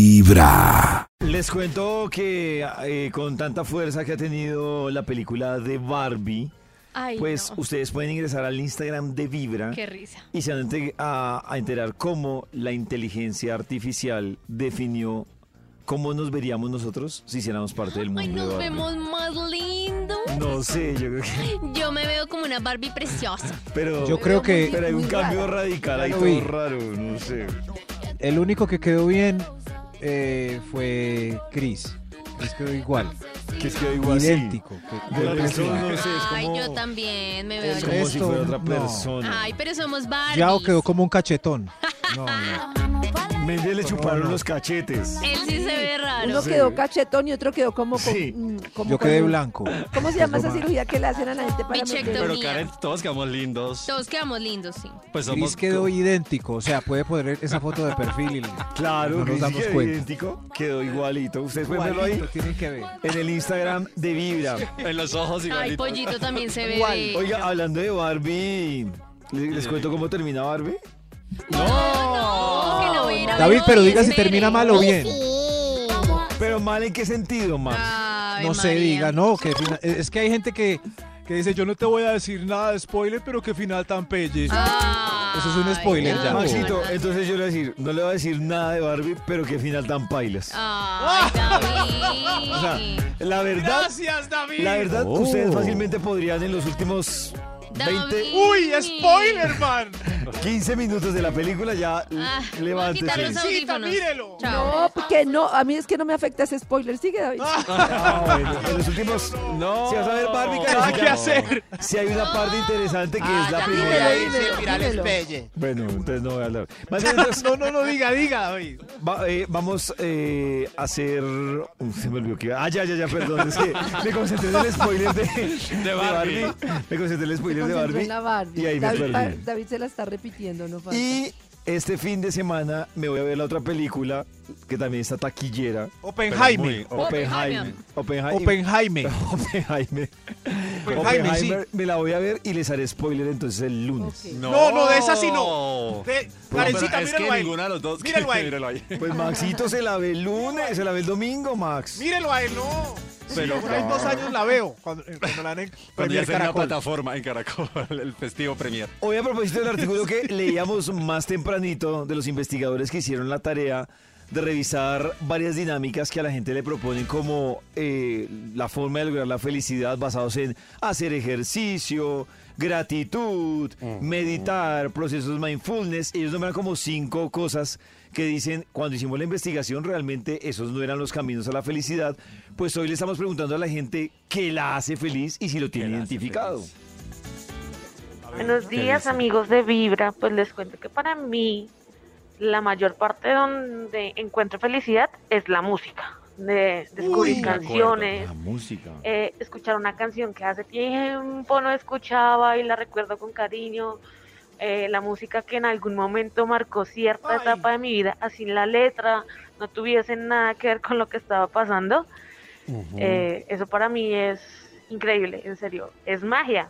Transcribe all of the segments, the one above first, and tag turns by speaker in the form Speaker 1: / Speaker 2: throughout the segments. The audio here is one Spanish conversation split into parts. Speaker 1: Vibra.
Speaker 2: Les cuento que eh, con tanta fuerza que ha tenido la película de Barbie,
Speaker 3: Ay,
Speaker 2: pues
Speaker 3: no.
Speaker 2: ustedes pueden ingresar al Instagram de Vibra
Speaker 3: Qué risa.
Speaker 2: y se van a ente- a, a enterar cómo la inteligencia artificial definió cómo nos veríamos nosotros si hiciéramos parte del mundo.
Speaker 3: Ay,
Speaker 2: de
Speaker 3: nos
Speaker 2: Barbie.
Speaker 3: vemos más lindo.
Speaker 2: No sé, yo creo que.
Speaker 3: Yo me veo como una Barbie preciosa.
Speaker 2: Pero,
Speaker 4: Yo creo que
Speaker 2: pero hay un
Speaker 3: Muy
Speaker 2: cambio radical ahí
Speaker 4: Ya lo
Speaker 2: todo
Speaker 4: vi.
Speaker 2: raro, no sé.
Speaker 4: el único que quedó bien eh, fue Chris. Chris quedó igual,
Speaker 2: Que es que igual sí.
Speaker 4: idéntico. que-
Speaker 2: Del resto, no sé, es
Speaker 3: Ay,
Speaker 2: como-
Speaker 3: yo también me veo.
Speaker 2: Es como si
Speaker 4: resto,
Speaker 2: fuera otra
Speaker 4: no.
Speaker 2: persona.
Speaker 3: Ay, pero somos Barbie.
Speaker 4: Yao quedó como un cachetón. No, no.
Speaker 2: Méndez le chuparon
Speaker 4: no.
Speaker 2: los cachetes.
Speaker 3: Él sí se ve raro.
Speaker 5: Uno quedó cachetón y otro quedó como, con-
Speaker 2: Sí.
Speaker 5: mm, como
Speaker 4: Yo
Speaker 5: con
Speaker 4: quedé
Speaker 5: un-
Speaker 4: blanco.
Speaker 5: ¿Cómo se llama esa cirugía que le hacen a la gente para meter?
Speaker 3: Bichectomía.
Speaker 6: Pero Karen, todos quedamos lindos.
Speaker 3: Todos quedamos lindos, sí.
Speaker 6: Pues somos
Speaker 4: Chris quedó idéntico, o sea, puede poner esa foto de perfil. y-
Speaker 2: Claro,
Speaker 4: No nos
Speaker 2: Chris
Speaker 4: damos
Speaker 2: quedó
Speaker 4: cuenta.
Speaker 2: idéntico, quedó igualito. Ustedes pueden verlo ahí
Speaker 4: Igualito, tienen que ver.
Speaker 2: en el Instagram de Vibra.
Speaker 6: en los ojos
Speaker 3: Ay, pues,
Speaker 6: igualitos.
Speaker 3: Pollito también se ve. bello.
Speaker 2: Oiga, hablando de Barbie, ¿les, les cuento cómo termina Barbie?
Speaker 3: No, que lo viera,
Speaker 4: David,
Speaker 3: no,
Speaker 4: pero
Speaker 3: y
Speaker 4: diga si
Speaker 3: espere.
Speaker 4: termina mal o bien.
Speaker 2: Pero mal en qué sentido, mal.
Speaker 3: Ay,
Speaker 4: No se
Speaker 3: María.
Speaker 4: diga, no, que fina- eh, es que hay gente que, que dice, yo no te voy a decir nada de spoiler, pero qué final tan pelle.
Speaker 3: Ay,
Speaker 4: Eso es un spoiler
Speaker 3: no.
Speaker 4: ya.
Speaker 2: Maxito, entonces yo le voy a decir, no le voy a decir nada de Barbie, pero qué final tan pailas.
Speaker 3: Ay, David.
Speaker 2: O sea, la verdad,
Speaker 6: Gracias, David.
Speaker 2: la verdad, ustedes
Speaker 4: Oh.
Speaker 2: fácilmente podrían en los últimos 20,
Speaker 3: ¡Uy, spoiler!
Speaker 2: 15 minutos de la película ya
Speaker 3: Voy Ah, a quitar los
Speaker 2: levántese.
Speaker 3: audífonos. Chao.
Speaker 5: No, porque no, a mí es que no me afecta ese spoiler. Sigue, David.
Speaker 2: Ah, bueno, en los últimos
Speaker 6: No.
Speaker 2: Si vas a ver Barbie,
Speaker 6: Nada
Speaker 2: Karencita,
Speaker 6: que hacer.
Speaker 2: Si hay una parte interesante que es la
Speaker 3: ya.
Speaker 2: primera.
Speaker 5: Dímelo, dímelo, dímelo.
Speaker 2: Bueno, entonces no voy a hablar. Más bien, entonces,
Speaker 4: No, no, no, diga, diga, David.
Speaker 2: va- eh, vamos eh, a hacer. Uf, se me olvidó que. Ah, ya, ya, ya, perdón. Es que me concentré en el spoiler de, de
Speaker 6: Barbie.
Speaker 2: Me concentré en el
Speaker 5: Se
Speaker 2: spoiler de
Speaker 5: concentró en
Speaker 2: Barbie.
Speaker 5: la Barbie.
Speaker 2: Y ahí me
Speaker 5: David,
Speaker 2: perdí.
Speaker 5: pa- David se la está repitiendo, no falta.
Speaker 2: Y este fin de semana me voy a ver la otra película que también está taquillera.
Speaker 4: Oppenheimer.
Speaker 2: Oppenheimer. Oppenheimer.
Speaker 4: Oppenheimer.
Speaker 2: Oppenheimer.
Speaker 4: Oppenheimer, sí.
Speaker 2: Oppenheimer, Me la voy a ver y les haré spoiler entonces el lunes.
Speaker 5: Ok.
Speaker 6: No, no, de esa sí no.
Speaker 7: Karencita,
Speaker 6: es
Speaker 7: míralo
Speaker 6: que
Speaker 7: a él.
Speaker 6: ninguno de los dos.
Speaker 7: Míralo a él.
Speaker 6: Míralo ahí.
Speaker 2: Pues Maxito se la ve el lunes, se la ve el domingo, Max.
Speaker 7: Mírelo a él, no.
Speaker 6: Pero
Speaker 7: Por ahí en dos años la veo. Cuando, eh, cuando la den
Speaker 6: Cuando ya
Speaker 7: Premier
Speaker 6: está en una
Speaker 7: Caracol.
Speaker 6: plataforma en Caracol, el festivo premier.
Speaker 2: Hoy a propósito del artículo que leíamos más tempranito de los investigadores que hicieron la tarea de revisar varias dinámicas que a la gente le proponen como eh, la forma de lograr la felicidad basados en hacer ejercicio, gratitud, meditar, procesos mindfulness. Ellos nombran como cinco cosas que dicen, cuando hicimos la investigación realmente esos no eran los caminos a la felicidad, pues hoy le estamos preguntando a la gente qué la hace feliz y si lo tiene
Speaker 6: la hace
Speaker 2: identificado.
Speaker 6: feliz?
Speaker 8: Buenos días amigos de Vibra, pues les cuento que para mí la mayor parte donde encuentro felicidad es la música, de descubrir canciones,
Speaker 2: música.
Speaker 8: eh, escuchar una canción que hace tiempo no escuchaba y la recuerdo con cariño, eh, la música que en algún momento marcó cierta etapa de mi vida, así la letra no tuviese nada que ver con lo que estaba pasando,
Speaker 6: Mm.
Speaker 8: eh, eso para mí es increíble, en serio, es magia.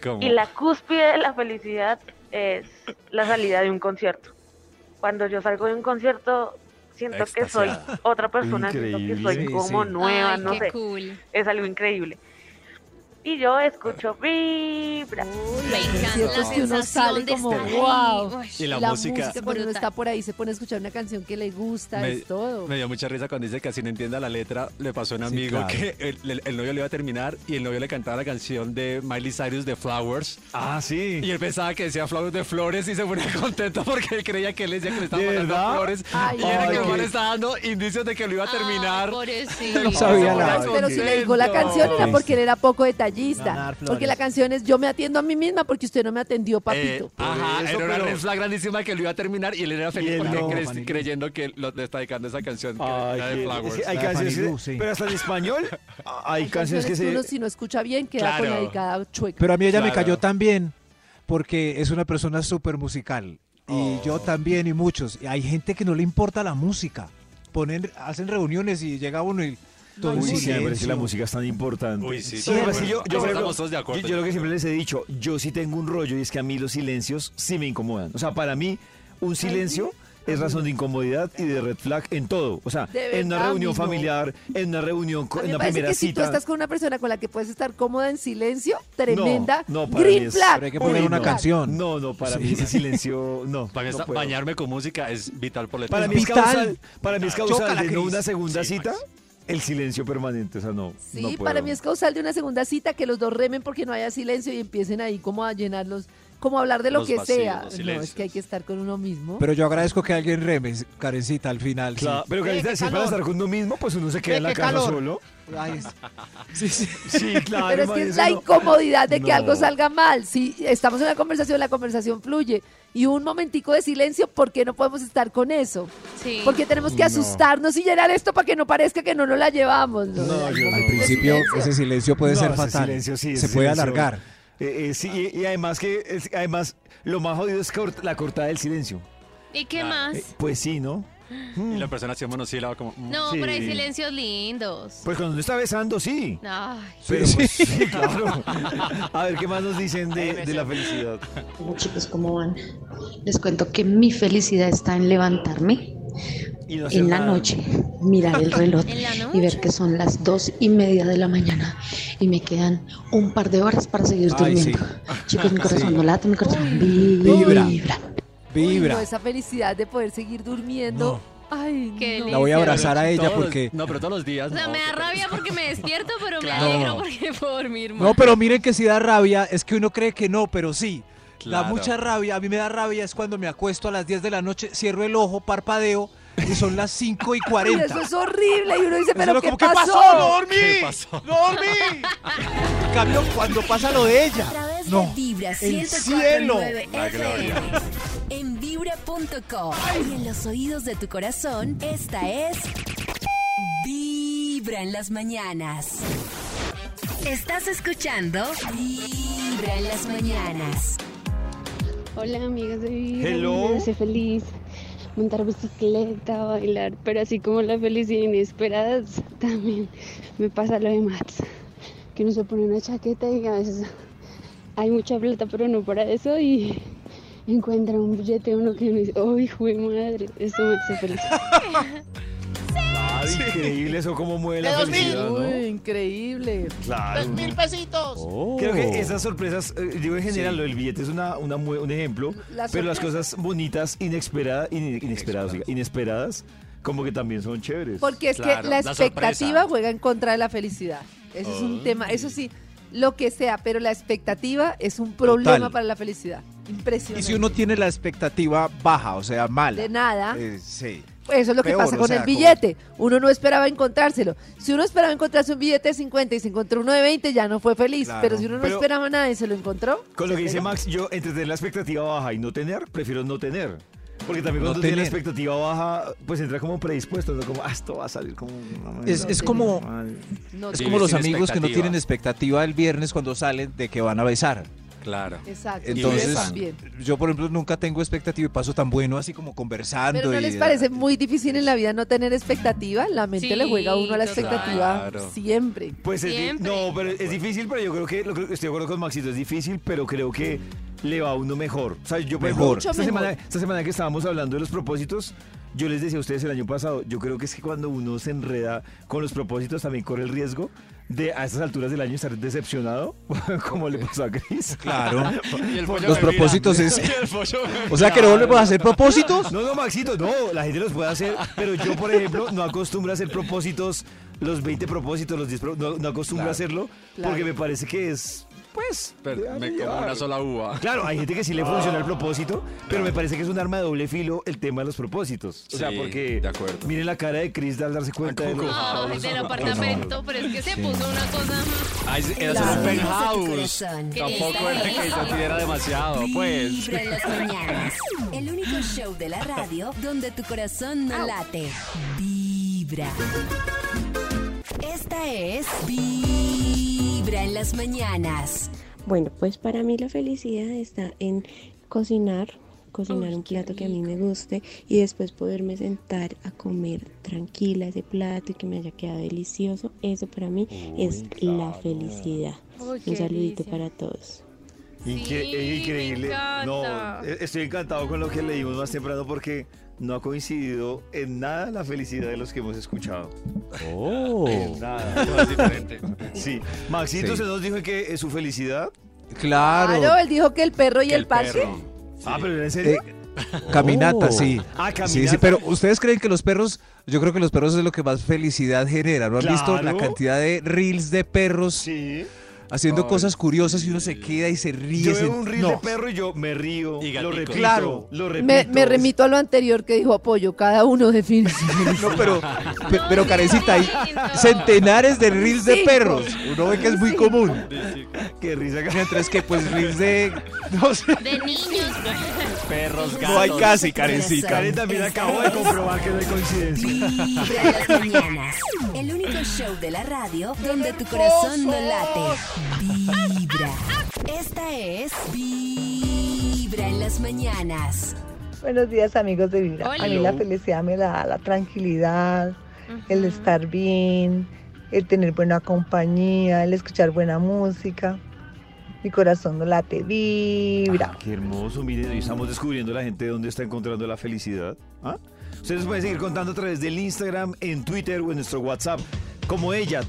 Speaker 6: ¿Cómo?
Speaker 8: Y la cúspide de la felicidad es la salida de un concierto. Cuando yo salgo de un concierto, siento que soy
Speaker 6: Extasiada.
Speaker 8: otra persona, siento que
Speaker 4: Increíble.
Speaker 8: soy
Speaker 4: Sí,
Speaker 8: como
Speaker 4: sí.
Speaker 8: nueva,
Speaker 3: Ay,
Speaker 8: no
Speaker 3: qué
Speaker 8: sé,
Speaker 3: cool.
Speaker 8: es algo increíble. Y yo escucho vibra.
Speaker 3: Me encanta la
Speaker 5: conciertos que uno
Speaker 3: sensación
Speaker 5: sale
Speaker 3: de
Speaker 5: como,
Speaker 3: estar ahí.
Speaker 5: "Wow".
Speaker 3: Uy.
Speaker 6: Y la, música.
Speaker 5: cuando uno
Speaker 3: Brutal.
Speaker 5: está por ahí, se pone a escuchar una canción que le gusta,
Speaker 6: Me-
Speaker 5: es todo.
Speaker 6: Me dio mucha risa cuando dice que así no entienda la letra, le pasó a un
Speaker 4: Sí,
Speaker 6: amigo
Speaker 4: claro.
Speaker 6: que el, el- el novio le iba a terminar y el novio le cantaba la canción de Miley Cyrus de Flowers.
Speaker 2: Ah, sí.
Speaker 6: Y él pensaba que decía Flowers de Flores y se ponía contento porque él creía que él decía que le estaba
Speaker 2: ¿De
Speaker 6: mandando
Speaker 2: verdad?
Speaker 6: flores.
Speaker 5: Ay,
Speaker 6: y era
Speaker 2: ay,
Speaker 6: que el
Speaker 2: qué-
Speaker 6: man estaba dando indicios de que lo iba a terminar.
Speaker 3: Ay, Ah,
Speaker 6: Eh,
Speaker 3: pobrecito.
Speaker 6: Pero
Speaker 4: No sabía
Speaker 6: se ponía
Speaker 4: nada.
Speaker 5: Pero si le digo la
Speaker 6: contento.
Speaker 5: canción era
Speaker 2: Sí,
Speaker 5: porque
Speaker 2: sí.
Speaker 5: él era poco detallista.
Speaker 4: Ganar flores.
Speaker 5: Porque la canción es Yo me atiendo a mí misma porque usted no me atendió,
Speaker 6: Eh,
Speaker 5: papito.
Speaker 6: ajá,
Speaker 2: eso,
Speaker 6: era una
Speaker 2: pero-
Speaker 6: red flag grandísima que lo iba a terminar y él era
Speaker 2: Y
Speaker 6: feliz
Speaker 2: él
Speaker 6: porque
Speaker 2: no,
Speaker 6: cre-
Speaker 4: Juanito.
Speaker 6: creyendo que lo le está dedicando esa canción que
Speaker 2: Ay,
Speaker 6: era
Speaker 2: qué-
Speaker 6: de
Speaker 2: es
Speaker 6: Flowers.
Speaker 2: que hay
Speaker 4: La de
Speaker 2: canciones,
Speaker 4: Fanny
Speaker 2: que-
Speaker 4: Lu, sí.
Speaker 2: pero hasta en español ah, hay, canciones que se...
Speaker 5: uno si no escucha bien queda con la
Speaker 6: Claro.
Speaker 5: dedicada chueca.
Speaker 4: Pero a mí ella me
Speaker 6: Claro.
Speaker 4: cayó tan bien porque es una persona súper musical.
Speaker 7: Oh.
Speaker 4: Y yo también y muchos. Y hay gente que no le importa la música. Ponen, hacen reuniones y llega uno y todo en
Speaker 2: Uy, sí, me parece que
Speaker 4: silencio.
Speaker 2: la música es tan importante.
Speaker 6: Uy, sí,
Speaker 2: Lo que
Speaker 4: sí,
Speaker 2: pasa es que
Speaker 6: bueno.
Speaker 2: yo, yo,
Speaker 6: Estamos
Speaker 2: creo-
Speaker 6: todos de acuerdo.
Speaker 2: yo- yo lo que siempre les he dicho, yo sí tengo un rollo y es que a mí los silencios sí me incomodan. O sea, para mí, un silencio es razón de incomodidad y de red flag en todo. O sea,
Speaker 5: De
Speaker 2: en una
Speaker 5: verdad,
Speaker 2: reunión
Speaker 5: amigo.
Speaker 2: familiar, en una reunión, co-
Speaker 5: A mí
Speaker 2: en
Speaker 5: me
Speaker 2: una
Speaker 5: parece
Speaker 2: primera
Speaker 5: que si tú
Speaker 2: cita.
Speaker 5: estás con una persona con la que puedes estar cómoda en silencio, tremenda
Speaker 2: No, no, para mí
Speaker 5: green
Speaker 2: es-
Speaker 5: flag.
Speaker 4: Pero hay que poner
Speaker 5: green
Speaker 4: una
Speaker 5: flag.
Speaker 4: canción.
Speaker 2: No, no, para
Speaker 4: Sí.
Speaker 2: mí ese silencio, no.
Speaker 6: Para mí
Speaker 2: no
Speaker 6: esta-
Speaker 2: puedo.
Speaker 6: bañarme con música es vital por la
Speaker 2: Para
Speaker 6: etapa.
Speaker 2: mí es
Speaker 4: Vital.
Speaker 2: causal, para mí es causal
Speaker 7: Chócala,
Speaker 2: de no
Speaker 7: Cris.
Speaker 2: una segunda
Speaker 6: Sí,
Speaker 2: cita,
Speaker 6: Max.
Speaker 2: el silencio permanente, o sea, no.
Speaker 5: Sí,
Speaker 2: no
Speaker 5: para
Speaker 2: puedo.
Speaker 5: mí es causal de una segunda cita que los dos remen porque no haya silencio y empiecen ahí como a llenarlos, como a hablar de lo
Speaker 6: Los
Speaker 5: que
Speaker 6: vacíos,
Speaker 5: sea.
Speaker 6: los
Speaker 5: No, es
Speaker 6: silencios.
Speaker 5: que hay que estar con uno mismo.
Speaker 4: Pero yo agradezco que alguien reme, Karencita, al final. sí.
Speaker 2: Claro, pero Carita,
Speaker 7: qué
Speaker 2: si es para
Speaker 7: calor.
Speaker 2: estar con uno mismo, pues uno se queda
Speaker 7: Ve
Speaker 2: en la
Speaker 7: qué
Speaker 2: casa
Speaker 7: calor.
Speaker 2: solo.
Speaker 4: Ay, es-
Speaker 2: Sí, claro.
Speaker 5: Pero es que
Speaker 2: María,
Speaker 5: es
Speaker 2: eso
Speaker 5: la
Speaker 2: no.
Speaker 5: incomodidad de que
Speaker 2: No.
Speaker 5: algo salga mal. Si estamos en una conversación, la conversación fluye. Y un momentico de silencio, ¿por qué no podemos estar con eso?
Speaker 3: Sí.
Speaker 5: ¿Por qué tenemos que
Speaker 4: No.
Speaker 5: asustarnos y llenar esto para que no parezca que no nos la llevamos? No,
Speaker 2: No, yo
Speaker 4: al
Speaker 2: no.
Speaker 4: principio ese silencio puede
Speaker 2: No,
Speaker 4: ser
Speaker 2: ese
Speaker 4: fatal.
Speaker 2: silencio, sí,
Speaker 4: Se
Speaker 2: ese
Speaker 4: puede
Speaker 2: silencio.
Speaker 4: alargar.
Speaker 2: Eh, eh, sí, y, y además que es- además lo más jodido es cort- la cortada del silencio.
Speaker 3: ¿Y qué
Speaker 6: Claro.
Speaker 3: más?
Speaker 2: Eh, pues sí, ¿no?
Speaker 6: Y la persona hacía monosílaba como... mm.
Speaker 3: No, pero hay
Speaker 2: sí.
Speaker 3: silencios lindos.
Speaker 2: Pues cuando uno está besando, sí.
Speaker 3: Ay.
Speaker 2: Pero pues, sí, claro. A ver qué más nos dicen de, de la felicidad.
Speaker 1: Hola chicos, ¿cómo van? Les cuento que mi felicidad está en levantarme
Speaker 2: Y no hacer
Speaker 1: en la
Speaker 2: nada.
Speaker 1: noche, mirar el reloj
Speaker 3: ¿En la
Speaker 1: y
Speaker 3: noche?
Speaker 1: ver que son las dos y media de la mañana y me quedan un par de horas para seguir
Speaker 4: Ay, sí.
Speaker 1: durmiendo. Chicos, mi corazón no late, mi corazón
Speaker 4: Vibra.
Speaker 1: vibra.
Speaker 5: Uy,
Speaker 4: Vibra.
Speaker 5: no, esa felicidad de poder seguir durmiendo. Ay,
Speaker 3: Qué
Speaker 5: no.
Speaker 3: delicia.
Speaker 4: La voy a
Speaker 3: Pero
Speaker 4: abrazar a ella
Speaker 6: Todos los-
Speaker 4: porque...
Speaker 6: No, pero todos los días.
Speaker 3: O sea,
Speaker 6: no,
Speaker 3: me da
Speaker 6: qué pereza.
Speaker 3: rabia porque me despierto, pero
Speaker 6: Claro.
Speaker 3: me alegro porque puedo dormir más.
Speaker 4: No, pero miren que si da rabia, es que uno cree que no, pero sí. Da
Speaker 6: Claro.
Speaker 4: mucha rabia, a mí me da rabia es cuando me acuesto a las 10 de la noche, cierro el ojo, parpadeo y son las 5 y
Speaker 5: Ay,
Speaker 4: 40.
Speaker 5: eso es horrible. Y uno dice, ¿pero
Speaker 4: lo-
Speaker 5: qué
Speaker 4: como, ¿qué
Speaker 5: pasó?
Speaker 4: pasó?
Speaker 7: ¡No dormí!
Speaker 6: ¿Qué pasó?
Speaker 7: ¡No dormí!
Speaker 4: En cambio, cuando pasa lo de ella.
Speaker 9: A través de
Speaker 4: No.
Speaker 9: Vibra
Speaker 7: cielo.
Speaker 9: 104.9
Speaker 6: La gloria.
Speaker 9: FM. En vibra.com. Y en los oídos de tu corazón, esta es. Vibra en las mañanas. Estás escuchando. Vibra en las mañanas.
Speaker 10: Hola amigas de Vibra,
Speaker 2: Hello.
Speaker 10: me hace feliz montar bicicleta, bailar, pero así como la felicidad inesperada también me pasa lo de Max, que uno se pone una chaqueta y a veces hay mucha plata pero no para eso y encuentra un billete uno que uno dice, ¡ay, jue madre! Eso me hace feliz.
Speaker 2: Ay, Ah, increíble eso, cómo mueve la
Speaker 7: De dos mil.
Speaker 2: felicidad, ¿no?
Speaker 5: Uy, increíble.
Speaker 2: Claro.
Speaker 7: ¡Dos mil pesitos!
Speaker 2: Creo que esas sorpresas, eh, digo en general, lo del billete es una, una mue- un ejemplo,
Speaker 5: Las
Speaker 2: pero las cosas bonitas, inesperadas, inesperadas, oiga, inesperadas, como que también son chéveres.
Speaker 5: Porque es que
Speaker 6: Claro,
Speaker 5: la
Speaker 6: la
Speaker 5: expectativa
Speaker 6: sorpresa.
Speaker 5: juega en contra de la felicidad. Eso es un tema, eso sí, lo que sea, pero la expectativa es un problema
Speaker 4: Total.
Speaker 5: para la felicidad. Impresionante.
Speaker 4: Y si uno tiene la expectativa baja, o sea, mala.
Speaker 5: de nada,
Speaker 4: eh, sí.
Speaker 5: eso es lo que
Speaker 4: peor,
Speaker 5: pasa
Speaker 4: o
Speaker 5: con
Speaker 4: sea,
Speaker 5: el
Speaker 4: como-
Speaker 5: billete. Uno no esperaba encontrárselo. Si uno esperaba encontrarse un billete de 50 y se encontró uno de 20, ya no fue feliz.
Speaker 4: Claro.
Speaker 5: Pero si uno no
Speaker 2: Pero-
Speaker 5: esperaba nada y se lo encontró,
Speaker 2: Con lo que dice Max, yo entre tener la expectativa baja y no tener, prefiero no tener. Porque también
Speaker 4: No
Speaker 2: cuando tiene la
Speaker 4: tener.
Speaker 2: expectativa baja, pues entra como predispuesto, ¿no? como, ah, esto va a salir como... una
Speaker 4: Es,
Speaker 2: mierda".
Speaker 4: es como,
Speaker 2: Ay.
Speaker 5: no
Speaker 4: es
Speaker 5: te-
Speaker 6: Sí.
Speaker 4: como los
Speaker 6: sin
Speaker 4: amigos que no
Speaker 6: expectativa.
Speaker 4: tienen expectativa el viernes cuando salen de que van a besar.
Speaker 6: Claro.
Speaker 5: Exacto.
Speaker 4: Entonces,
Speaker 5: Ustedes también.
Speaker 4: yo por ejemplo nunca tengo expectativa y paso tan bueno así como conversando.
Speaker 5: Pero no
Speaker 4: y-
Speaker 5: les parece muy difícil en la vida no tener expectativa. La mente
Speaker 3: Sí,
Speaker 5: le juega a uno a la
Speaker 3: total.
Speaker 5: expectativa
Speaker 6: Claro.
Speaker 5: siempre.
Speaker 2: Pues es di-
Speaker 3: Siempre.
Speaker 2: no, pero es difícil, pero yo creo que, lo que- estoy de acuerdo con Maxito, es difícil, pero creo que le va a uno mejor. O sea, yo por ejemplo,
Speaker 4: Mejor.
Speaker 5: Mucho
Speaker 2: esta,
Speaker 5: mejor.
Speaker 2: Semana, esta semana que estábamos hablando de los propósitos, yo les decía a ustedes el año pasado, yo creo que es que cuando uno se enreda con los propósitos también corre el riesgo de a estas alturas del año estar decepcionado, como le pasó a Cris.
Speaker 4: Claro.
Speaker 6: Y el pollo
Speaker 4: Los
Speaker 6: me mira.
Speaker 4: propósitos es-
Speaker 6: Y el pollo me
Speaker 4: O sea que no
Speaker 6: mira.
Speaker 4: volvemos a hacer propósitos.
Speaker 2: No, no, Maxito, no, la gente los puede hacer, pero yo, por ejemplo, no acostumbro a hacer propósitos, los 20 propósitos, los 10 pro- no, no acostumbro a hacerlo,
Speaker 5: Claro.
Speaker 2: porque me parece que es, pues...
Speaker 6: Pero me como
Speaker 2: llevar.
Speaker 6: una sola uva.
Speaker 2: Claro, hay gente que sí le funciona el propósito, pero me parece que es un arma de doble filo el tema de los propósitos. O sea,
Speaker 6: Sí,
Speaker 2: porque
Speaker 6: de acuerdo.
Speaker 2: miren la cara de Chris al darse cuenta de lo
Speaker 3: Ay, del apartamento, pero es que se puso una cosa.
Speaker 6: Ay, sí, era
Speaker 9: Claro.
Speaker 6: solo un
Speaker 9: Oídos de
Speaker 6: penthouse.
Speaker 9: tu corazón.
Speaker 6: Tampoco era que
Speaker 9: Esta
Speaker 6: esa sí era demasiado, pues.
Speaker 9: Vibra en las mañanas. El único show de la radio donde tu corazón no late. Vibra. Esta es Vibra en las mañanas.
Speaker 10: Bueno, pues para mí la felicidad está en cocinar, cocinar un plato que a mí me guste y después poderme sentar a comer tranquila ese plato y que me haya quedado delicioso. Eso para mí es la felicidad. un saludito para todos.
Speaker 2: Incre-
Speaker 3: Sí,
Speaker 2: es
Speaker 3: me
Speaker 2: increíble. no,
Speaker 3: encanta.
Speaker 2: eh, estoy encantado con lo que leímos más temprano porque no ha coincidido en nada la felicidad de los que hemos escuchado.
Speaker 11: Oh.
Speaker 2: En nada. Sí. Maxito
Speaker 11: Sí.
Speaker 2: se nos dijo que es su felicidad.
Speaker 4: Claro.
Speaker 5: Claro, él dijo que el perro y el, parche.
Speaker 2: Ah, pero ¿era en serio?
Speaker 4: Eh, Caminata,
Speaker 2: Oh.
Speaker 4: sí.
Speaker 2: Ah, caminata.
Speaker 4: Sí, sí, pero ustedes creen que los perros, yo creo que los perros es lo que más felicidad genera. ¿No han visto la
Speaker 2: Claro.
Speaker 4: cantidad de reels de perros haciendo
Speaker 2: Ay.
Speaker 4: cosas curiosas y uno se queda y se ríe?
Speaker 2: Yo
Speaker 4: se-
Speaker 2: veo un reel
Speaker 4: No.
Speaker 2: de perro y yo me río. lo repito.
Speaker 4: Claro.
Speaker 2: Lo repito.
Speaker 5: Me, me remito a lo anterior que dijo Apoyo, cada uno define su
Speaker 4: No, pero, pe- pero carecita, hay centenares de reels de
Speaker 5: Cinco.
Speaker 4: perros. Uno ve que es muy común.
Speaker 2: Qué risa.
Speaker 4: Mientras que pues reels de... No sé.
Speaker 3: De niños.
Speaker 6: Perros, gatos.
Speaker 4: No hay casi, carecita.
Speaker 2: Karen también acabo de comprobar que no hay
Speaker 9: Vibra
Speaker 2: coincidencia.
Speaker 9: en las mañanas. El único show de la radio donde tu corazón no late. Vibra. Esta es Vibra en las mañanas.
Speaker 12: Buenos días amigos de Vibra. A mí
Speaker 9: Hola.
Speaker 12: la felicidad me la da la tranquilidad, el estar bien, el tener buena compañía, el escuchar buena música. Mi corazón no late, vibra.
Speaker 2: Ah, Qué hermoso, miren, hoy estamos descubriendo la gente dónde está encontrando la felicidad. ¿ah? Ustedes pueden seguir contando a través del Instagram, en Twitter o en nuestro WhatsApp. Como ella,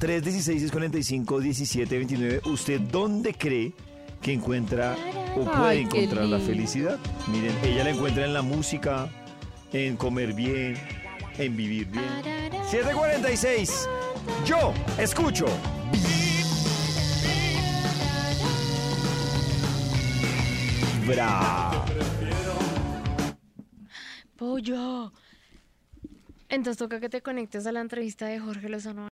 Speaker 2: 316-645-1729. ¿Usted dónde cree que encuentra o puede
Speaker 5: Ay, qué
Speaker 2: encontrar la
Speaker 5: lindo.
Speaker 2: felicidad? Miren, ella la encuentra en la música, en comer bien, en vivir bien. 746. Yo escucho. Bra.
Speaker 3: Pollo. Entonces toca que te conectes a la entrevista de Jorge Lozano.